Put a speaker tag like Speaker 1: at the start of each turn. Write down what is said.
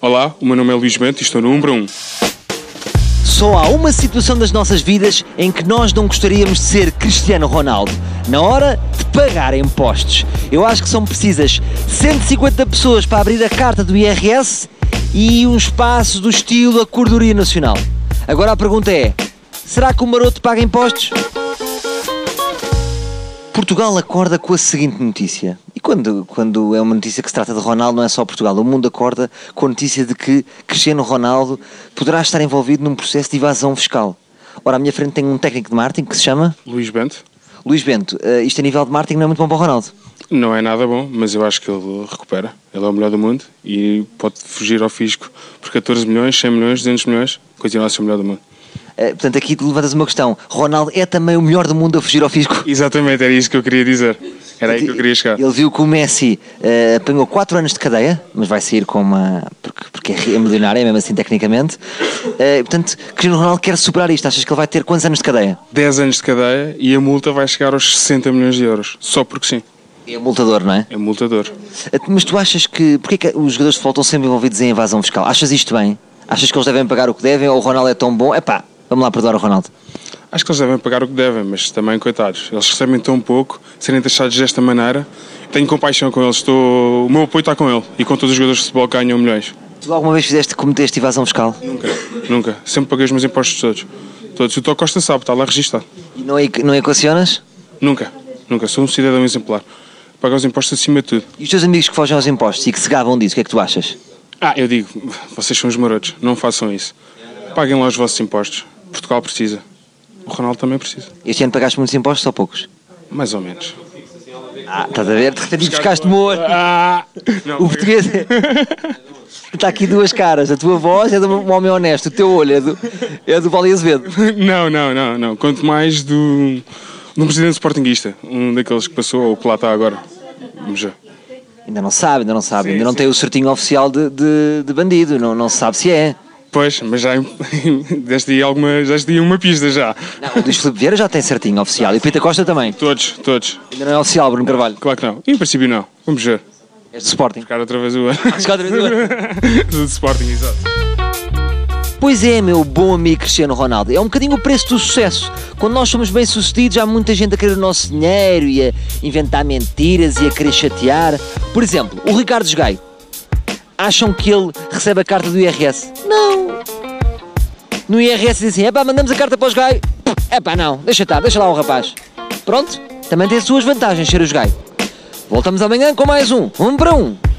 Speaker 1: Olá, o meu nome é Luís Bento e estou no um. Umbra 1.
Speaker 2: Só há uma situação das nossas vidas em que nós não gostaríamos de ser Cristiano Ronaldo. Na hora de pagar impostos. Eu acho que são precisas 150 pessoas para abrir a carta do IRS e um espaço do estilo a Cordoria Nacional. Agora a pergunta é: será que o maroto paga impostos? Portugal acorda com a seguinte notícia. E quando, quando é uma notícia que se trata de Ronaldo, não é só Portugal. O mundo acorda com a notícia de que Cristiano Ronaldo poderá estar envolvido num processo de evasão fiscal. Ora, à minha frente tem um técnico de marketing que se chama
Speaker 1: Luís Bento?
Speaker 2: Luís Bento. Eh, isto a nível de marketing não é muito bom para o Ronaldo.
Speaker 1: Não é nada bom, mas eu acho que ele recupera. Ele é o melhor do mundo e pode fugir ao fisco por 14 milhões, 100 milhões, 200 milhões, continua a ser o melhor do mundo.
Speaker 2: Eh, portanto, aqui tu levantas uma questão. Ronaldo é também o melhor do mundo a fugir ao fisco?
Speaker 1: Exatamente, era isso que eu queria dizer. Era aí que eu queria chegar.
Speaker 2: Ele viu que o Messi eh, apanhou 4 anos de cadeia, mas vai sair com uma. porque, porque é milionário, é mesmo assim tecnicamente. Eh, portanto, Cristiano Ronaldo quer superar isto. Achas que ele vai ter quantos anos de cadeia?
Speaker 1: 10 anos de cadeia e a multa vai chegar aos 60 milhões de euros. Só porque sim.
Speaker 2: É multador, não é?
Speaker 1: É multador.
Speaker 2: Eh, Mas tu achas que. Porquê que os jogadores de futebol estão sempre envolvidos em evasão fiscal? Achas isto bem? Achas que eles devem pagar o que devem ou o Ronaldo é tão bom? Epá, vamos lá perdoar o Ronaldo.
Speaker 1: Acho que eles devem pagar o que devem, mas também, coitados, eles recebem tão pouco, serem taxados desta maneira. Tenho compaixão com eles, estou... o meu apoio está com ele e com todos os jogadores de futebol que ganham milhões.
Speaker 2: Tu alguma vez fizeste, cometeste evasão fiscal?
Speaker 1: Nunca, nunca. Sempre paguei os meus impostos todos. Todos. O Tó Costa sabe, está lá registado.
Speaker 2: E não, e- não equacionas?
Speaker 1: Nunca, nunca. Sou um cidadão exemplar. Pago os impostos acima de tudo.
Speaker 2: E os teus amigos que fogem aos impostos e que se gabam disso, o que é que tu achas?
Speaker 1: Ah, eu digo, vocês são os marotos, não façam isso. Paguem lá os vossos impostos. Portugal precisa. O Ronaldo também precisa.
Speaker 2: Este ano pagaste muitos impostos ou poucos?
Speaker 1: Mais ou menos.
Speaker 2: Ah, estás a ver? De repente buscaste humor.
Speaker 1: Ah! Não,
Speaker 2: O português é- Está aqui duas caras. A tua voz é de um homem honesto. O teu olho é do, é do Vale Azevedo.
Speaker 1: não, não, não, não. Quanto mais do, de um presidente sportinguista. Um daqueles que passou, ou que lá está agora. Vamos já.
Speaker 2: Ainda não sabe, ainda não sabe.
Speaker 1: Sim,
Speaker 2: ainda não
Speaker 1: sim.
Speaker 2: tem o certinho oficial de, de, de bandido. Não, não se sabe se é.
Speaker 1: Pois, mas já deste aí alguma, já deste aí uma pista já.
Speaker 2: Não, o Luís Filipe Vieira já tem certinho oficial. E o Pita Costa também.
Speaker 1: Todos, todos.
Speaker 2: Ainda não é oficial, Bruno Carvalho.
Speaker 1: Claro que não. Em princípio não. Vamos ver.
Speaker 2: És do Sporting.
Speaker 1: Buscar outra vez o ano.
Speaker 2: buscar outra vez o
Speaker 1: Do Sporting, exato.
Speaker 2: Pois é, meu bom amigo Cristiano Ronaldo. É um bocadinho o preço do sucesso. Quando nós somos bem-sucedidos, há muita gente a querer o nosso dinheiro e a inventar mentiras e a querer chatear. Por exemplo, o Ricardo Gaio. Acham que ele recebe a carta do IRS? Não. No IRS diz assim: epá, mandamos a carta para os Gaio. Epá, não, deixa estar, deixa lá o rapaz. Pronto, também tem as suas vantagens ser os Gaio. Voltamos amanhã com mais um. Um para um.